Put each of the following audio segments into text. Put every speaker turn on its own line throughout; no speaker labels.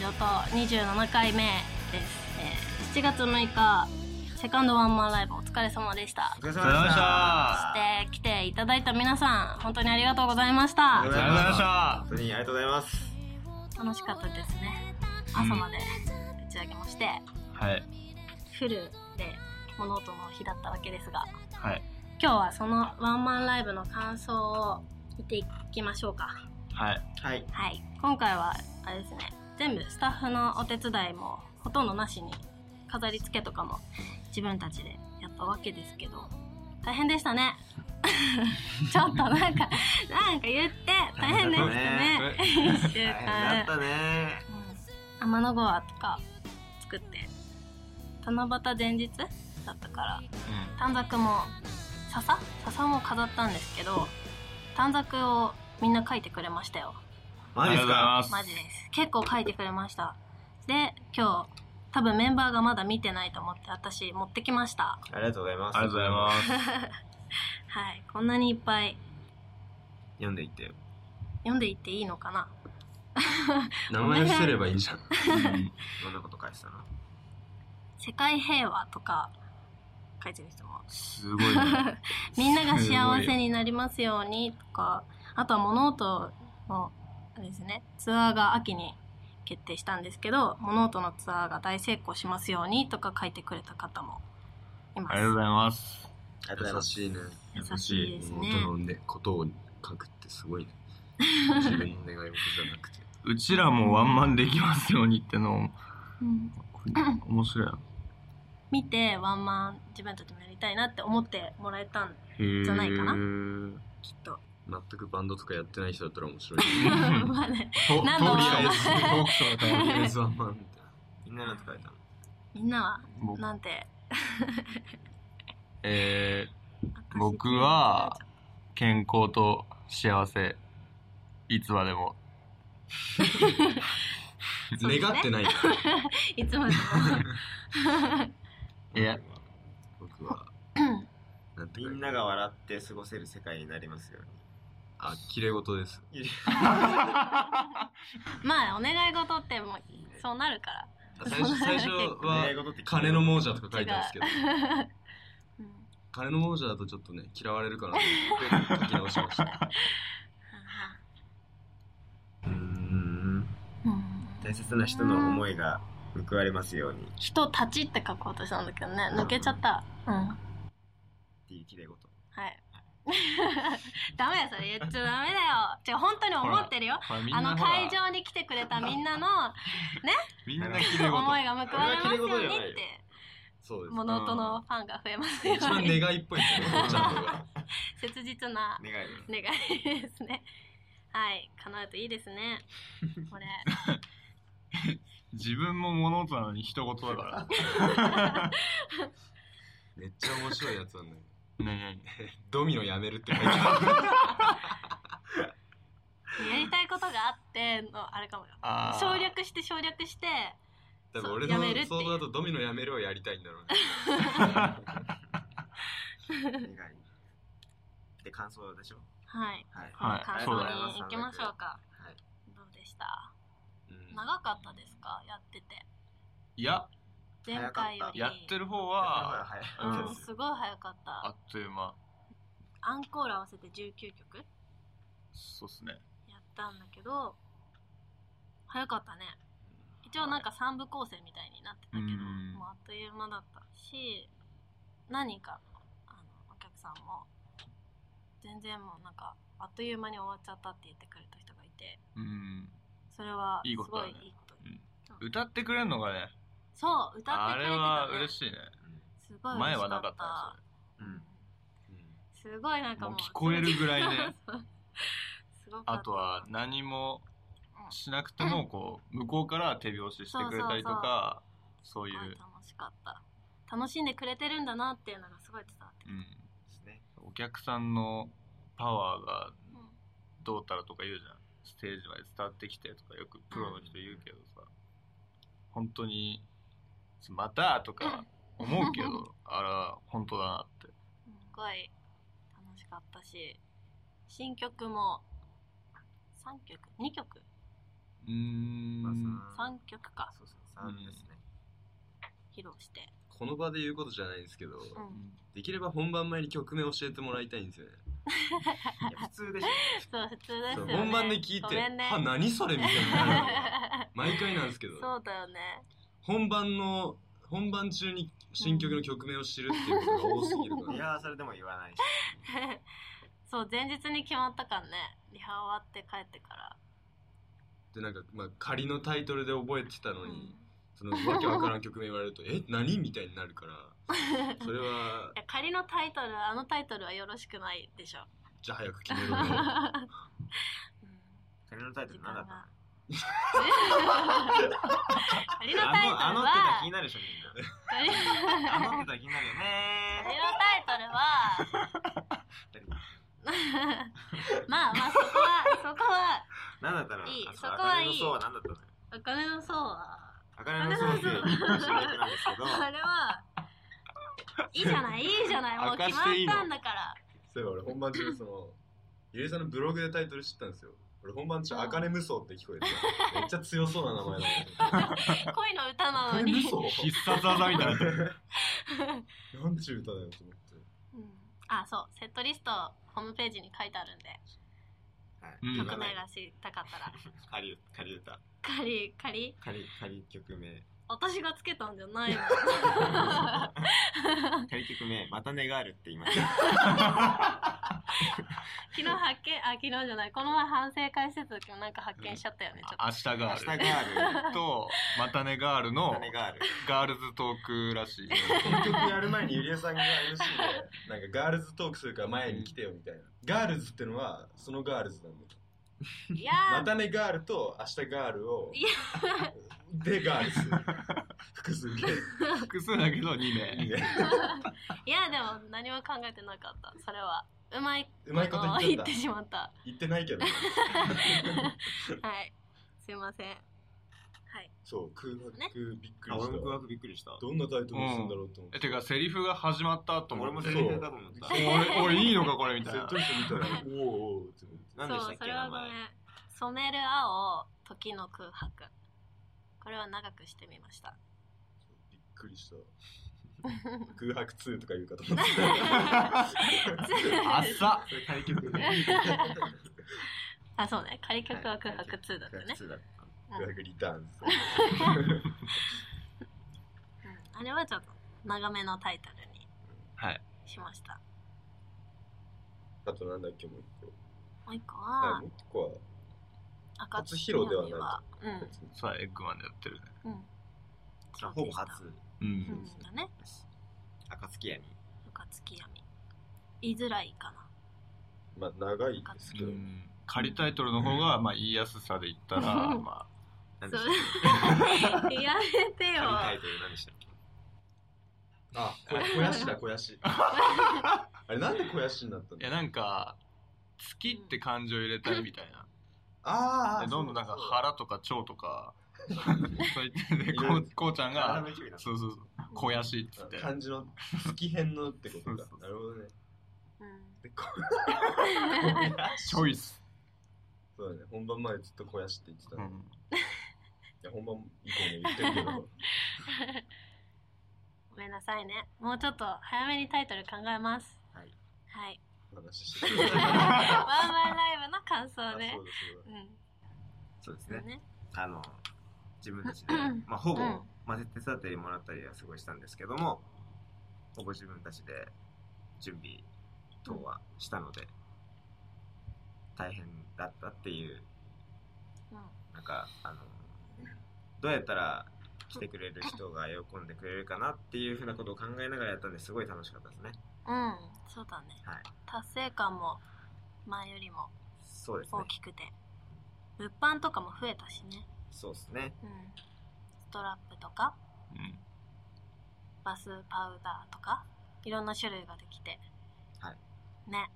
ドと27回目です、えー7月6日セカンドワンマンライブお疲れ様でした
お疲れ様でし
お疲れ様でした
そしたて来ていただいた皆さん本当にありがとうございまし
あ
た
り
お
がとうご
疲
ざいまし本当
れ様でしたた
にありがとうございます
楽しかったですね朝まで打ち上げもして
はい
フルで物音の日だったわけですが
はい
今日はそのワンマンライブの感想を見ていきましょうか
はい
はい
はい今回はあれですね全部スタッフのお手伝いもほとんどなしに飾り付けとかも自分たちでやったわけですけど大変でしたね ちょっとなんかなんか言って大変でしたね
大
一週
大変だ
間
ったね
うん天の川とか作って七夕前日だったから短冊も笹笹も飾ったんですけど短冊をみんな書いてくれましたよ
あ
マジで
り
す
がとうござい
か
ます
マジです結構書いてくれましたで今日多分メンバーがまだ見てないと思って私持ってきました
ありがとうございます
ありがとうございます
はいこんなにいっぱい
読んでいってよ
読んでいっていいのかな
名前伏せればいいじゃん
うん
どんなこと書いてたの
世界平和とか書いてる人も
すごいね
みんなが幸せになりますようにとか、あとは物音の、あれですね、ツアーが秋に決定したんですけど、物音のツアーが大成功しますようにとか書いてくれた方もいます
ありが。とうございます
ありがとうございます
しいね。
優しいですね。
音のね、ことを書くってす ごいね。自分の願い事じゃなくて。
うちらもワンマンできますようにっての
うん
面白いな
見て、ワンマン自分たちもやりたいなって思ってもらえたん、じゃないかな
へー
きっと。
全くバンドとかやってない人だったら 面白い。
まあね
と
何度も
とりあえず、トークショーだからとりあえずワンマンみたいな。
みんななんて書いたの
みんなは、
僕
なんて。
えー、僕は健康と幸せいつまでも
そうですね
願ってないから、
いつまでも。
いや
僕は。なんて
み
書い
ん
てある
なが笑って過ごせる世界になりますよ う
あ、綺麗事です。
に
まあ、お願い事ってもう、 そうなるから。
最初最初
願い
は、
事って
金の亡者とか書いたんですけど、
うん
金の亡者だとちょっとね、嫌われるから、 書き直しました。
うーん
うん
大切な人の思いが報われますようにっ
人たちって書こうとしたんだけどね抜けちゃったうんは
ていう綺麗事
い ダメだよそれ言っちゃダメだよ違う本当に思ってるよ
ほらみん
あ
な
の
ほら
会場に来てくれたみんなの
みんな綺麗
思い
事
が報われますようにっ
あれは綺麗事じゃない
て
そうです。
物音のファンが増えますよ
一番
うに
願いっぽいですね、このジャンルが。
切実な
願い
願いですねはい叶うといいですねこれ
自分も物音なのに一言だ か
めっちゃ面白いやつなんだよ。
らね
ドミノやめるって書いてあ
やりたいことがあってのあれかもよ
あー
省略して省略して
る。多
そう
分俺
やめるってい
の
う
想像だとドミノやめるをやりたいんだろうね。
願いって感想でしょ
はい
はい
はい
感
そう
想
だよ
に行きましょうか
はい
どうでした
うん
長かったですかやってて
いや
前回より
やってる方
あ
は
はい
うんすごい早かっ
あ
た
っという間
アンコール合わせて19曲や
そうっすね
ったんだけど早かったね一応なんか3部構成みたいになってたけど
うん
もうあっという間だったし何人かあのお客さんも全然もうなんかあっという間に終わっちゃったって言ってくれた人がいて
うん
それはい
い
す
こと
ご
だ
い
ね
いいこと
歌ってくれるのがね
そう歌っ
あ
てくれ
れ
てた、ね、
は嬉しいね
すごい嬉
前
しか
は
った
なかった
うん
すごいなんかもう
もう聞こえるぐらい ね
すごかった
あとは何も
うん
しなくてもこう向こうから手拍子してくれたりとかそうい、
すごいう楽しかった楽しんでくれてるんだなっていうのがすごい伝わって
うん、
ですね
お客さんのパワーが
くる、
どうたらとか言うじゃんステージまで伝わってきてとかよくプロの人言うけどさ本当に「また!」とか思うけ
う
どあら本当だなって
うんすごい楽しかったし新曲も3曲2曲
ううーん
まあ
3曲か
そうそう3ですね、
披露して
この場で言うことじゃないですけど、
うん
できれば本番前に曲名教えてもらいたいんですよね。
いや普通でしょ
そう普通です
そ
よ
う
ね
本番で聞い
ご
て、
めんね
あ、 何それみたいな。毎回なんですけど、
そうだよね
本番の、本番中に新曲の曲名を知るっていうことが多すぎるか
リ
ら。
ハーサルでも言わないし
そう前日に決まったからねリハ終わって帰ってから
で、なんか、まあ、仮のタイトルで覚えてたの
うん
に、そのわけわからん曲名言われると、え、何みたいにな るから、それは、
いや仮のタイトルあのタイトルはよろしくないでしょ、
じゃあ早く決め ろね。
仮のタイトル何だったの
仮のタイトル
あのあのって
は
気になるでしょみ
仮の
んなあのって気になるよ
仮
ね
のタイトルはまあまあそこはそこは
何だったの
いい
あ
そこはいい
茜の層は何だった
お金の層は
の茜の層っていう主役なんですけど
あれはいいじゃないいいじゃないもう
明か
決ま
していいの
ったんだから
そういえば俺本番中そのゆりさんのブログでタイトル知ったんですよ俺本番中「あかね無双」って聞 こえてめっちゃ強そうな名前だな
恋の歌なの
茜
に
無双
必殺技みたいになってる
なんちゅう歌だよと思って
うんあそうセットリストホームページに書いてあるんで
はい
うん
言
曲
わな
名
い
が知りたかったら
仮仮歌
仮仮
仮仮曲名
私がつけたんじゃないの
仮曲名また願あるって言いま した
昨日発見あ昨日じゃないこの前反省会してた時もなんか発見しちゃったよねちょっと
明日
明
ガ
日
ー
ガ
ル
ール
とまたねガールの
また願ある
ガールズトークらしい
この曲やる前にゆり えさんが MC でなんかガールズトークするから前に来てよみたいなガールズってのはそのガールズなんだよ
いや
ま
ー
たねガールと明日ガールを
いや
でガールズ複数で
複数だけど2
いい
名
ね
いやでも何も考えてなかったそれはうまいう
まいこと言っち
言
ゃ
ってしま
った
った
言ってないけど
はいすいませんはい
そう空白
ね
びっく
あ
り
俺
し
も空
た
白びっくりした
どんなタイトルにするんだろうと思って
えてかセリフが始まったと思
俺
っ
も
て
セリフかと 思った
そう
おいおいいいのかこれみ
セ
たい
ッ
な
トリスト見たら、おおおおって思って。
何でし
そうそ
たっけ
れは
名
ごめん
前
染める青時の空白これは長くしてみました
びっくりした。空白2とか言うかと思って。
あっさ
それ仮曲名
あそうね仮曲は空白2だったね、
普通だっ
空白リターンズ。
うんあれはちょっと長めのタイトルに
はい
しました、
あとなんだっけ、もう一個。
もう一個
あ
は
もう一個は、
赤
初披露ではない
月曜日は
さあエッグマンでやってるね
うんうん
たほぼ初
う
うんんだね
暁やに
暁闇言いづらいかな
まあ長いですけど、
仮タイトルの方がまあ言いやすさで言ったら
うん
ま
何
そ
でしたっ
う やめて
け
よ
仮タイトル何でしたっけ
あ、こ小屋しだ、小屋し。あれ、なんで小屋しになったの
あいやなんか月って漢字を入れたいみたい
あ
な
あ、
でどんどんなんか腹とか腸と かそう言ってね
いろい
こ
ろ
うこうちゃん
体
が
の一部だ
そうそうそう肥やしっつって
漢字の月編のってこと
そう
か
そう。
なるほどね。
うん
で、こ
チョイス
そうだね。本番前ずっと小屋しって言ってた
う
の。い
ん
や、本番以降も言ってるけど。
ごめんなさいねもうちょっと早めにタイトル考えます
はい
はい
話してる。
ワンマンライブの感
あ
想ね
そうだ
う
そう
んそう
そうですね
ね
あの自分たちで
うん
まあほぼ
うん
まあ手伝ってもらったりはすごいしたんですけどもほぼ自分たちで準備等はしたので大変だったっていう
う
なんかあのどうやったら来てくれる人が喜んでくれるかなっていうふうなことを考えながらやったんですごい楽しかったですね
ん、うん、そうだね
はい
達成感も前よりも
そうですね
大きくて物販とかも増えたしね、
そうですね
うん、ストラップとか
うん
バスパウダーとかいろんな種類ができて
はい
ね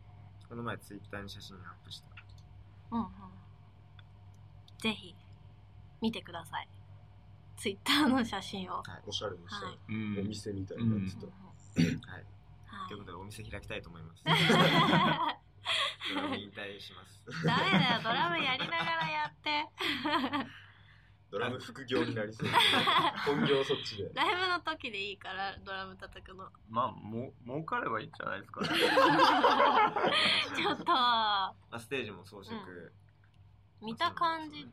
この前ツイッターに写真アップした
うんうんぜひ見てくださいツイッターの写真を、
おしゃれでしたね。
は
う
お
ん
店みたいになって
うんう
た
ん。
はい
は
ということでお店開きたいと思 います
い
ドラム引退します
ダメだよドラムやりながらやって
ドラム副業にな りそう本業そっちで
ライブの時でいいからドラム叩くの
まあもう儲かればいいんじゃないですか、ね、
ちょっと
まあ、ステージも装飾、
見た感じ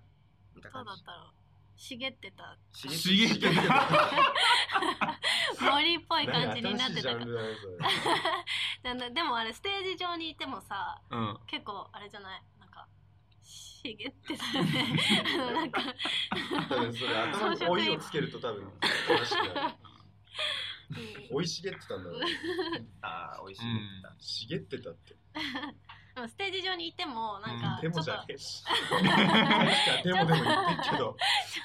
見た
ど
感
うだったろう茂ってた
じ
刺激的
森っぽい感じになってた
何新しいジ
か
ャン
ら
ルだねそ
で
れ
もでもあれステージ上にいてもさ
うん
結構あれじゃないなんか茂ってたよねあのなんか
多 分それ頭に老いをつけると多分悲しくなる
うん
老い茂ってたんだ ろう
ああ美味しい、
茂ってたって
でもステージ上にいてもなん
あ
かち
で
ょっと
もじ
ち
ゃねえし確かにでもでも言って っけど
ょ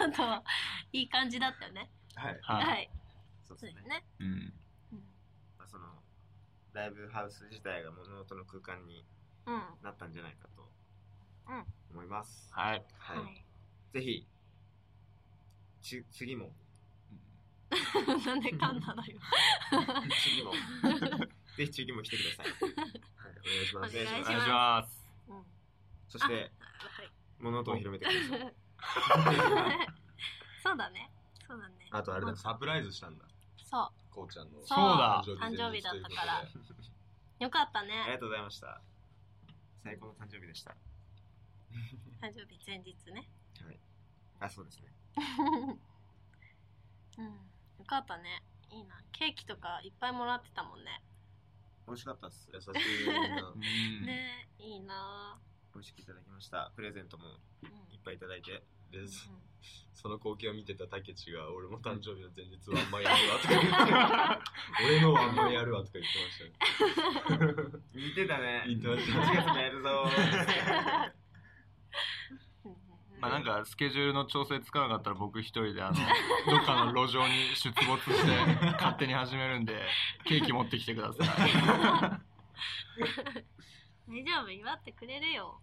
っといい感じだったよね
はい
はい、
はい
そう
そ
で
う
す
だ
ね
よね
うん、
まあ、そのライブハウス自体が物音の空間に
うんうん
なったんじゃないかと
うん
思います、
はい
はいぜひち次も
はいなんで噛んだのよ
次もぜひ次も来てください
はいお願いし
お
ま
願い
す
し
お
ます
願いします
うん
そして
はい
物音を広めてください
そうだねそうだね
あとあれだサプライズしたんだ
そ
こうちゃんの
そう
だ
誕生日だったからうよかったね
ありがとうございました最高の誕生日でした
誕生日前日ね
あそうですね
うんよかったねいいなケーキとかいっぱいもらってたもんね
美味しかったっす
優しいな
うん
ねいいな
美味しくいただきましたプレゼントも
うん
いっぱいいただいて
で
うん
そその光景を見てたたけちが俺も誕生日の前日はあんまやるわとか言って俺のはあんまやるわとか言ってましたね
似てたね
言ってました
1月もやるぞ
うんうん
まあなんかスケジュールの調整つかなかったら僕一人であのどっかの路上に出没して勝手に始めるんでケーキ持ってきてください
大丈夫祝ってくれるよ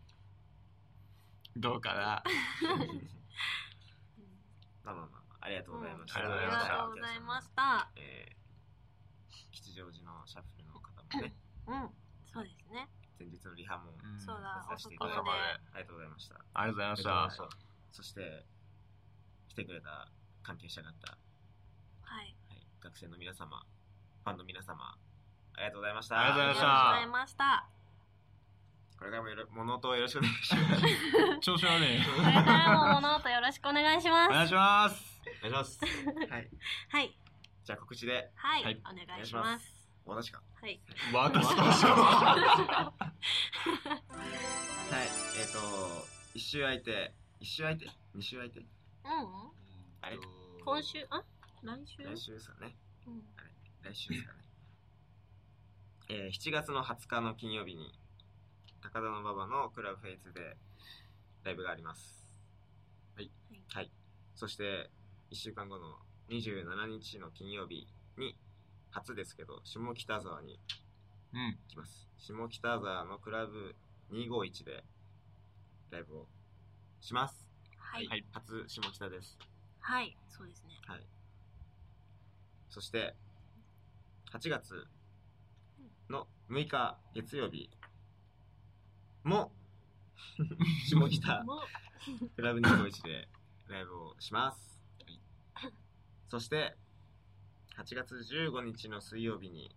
どうかな
うん
まあまあまあまあありがとうございました、
うん
ありがとうございました
えー吉祥寺のシャッフルの方もね、
うんそうですね
前日のリハも
ん
そうだ
出
遅
させて
く
い
ま
た
で
だいてあり
朝まで
がとうございました。
ありがとうございまし
ありがとうございまし
た
た
そして、来てくれた関係者方、は
はい
い、学生の皆様、ファンの皆様、ありがとうございました。
ありがとう
あり
ござ
が
い
と
ま
う
した
ございました
これからもよろ物音をよろしくお願いします。
調子悪いね
こ れからも物音よろしくお願いしま
お
す
願いします
お願いします
はい、
はい
じゃあ告知で、
はい、
はい
お願いし
お願
ま
いします私か。
はい
私
はい、えっ、と、一週空いて、一週空いて、二週空いて、
うん
あれ
今週あ来週
来週ですかね。
うん
来週ですかね。えー、7月の20日の金曜日に、高田の馬場のクラブフェイスでライブがあります。はい。はい。そして、1週間後の27日の金曜日に、初ですけど、下北沢に
うん
行きます。下北沢のクラブ251でライブをします。
はい
はい
初下北です。
はい、そうですね。
はい。そして、8月の6日月曜日も、 下北
もう、
クラブ251でライブをします。そして、8月15日の水曜日に、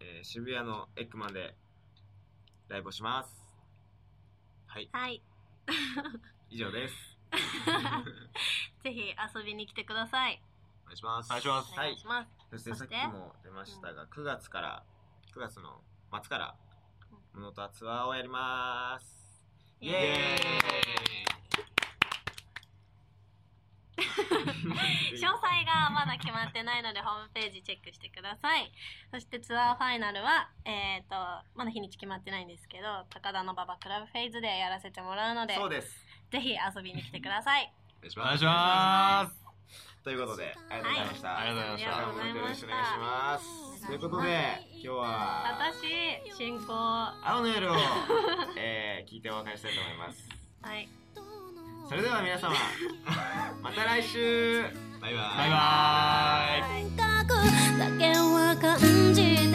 えー渋谷のエッグマンでライブをします。はい、
はい。
以上です。
ぜひ遊びに来てください。
お願いします
お願いします
お願いします。
そして
そ
さ
し
ってきも出ましたが、9月から、9月の末から、モノタツアーをやります。イエーイ
詳細がまだ決まってないので、ホームページチェックしてください。そしてツアーファイナルは、えっ、と、まだ日にち決まってないんですけど、高田の馬場クラブフェイズでやらせてもらうので、
そうです。
ぜひ遊びに来てください。
お願いし
お願
ま
いし
す
ます
ということで、ありがとうございました。
はいありがとうございました
今後もよろしくお願いします。
あ
とい
り
う
がと
こ
うご
と
ざ
で
いま、
今日は、
私、進行、は
青の夜を、えー聞いてお別れしたいと思います。
い。
それでは皆様、また来週
バイバイ
バイバーイ
だけは感じて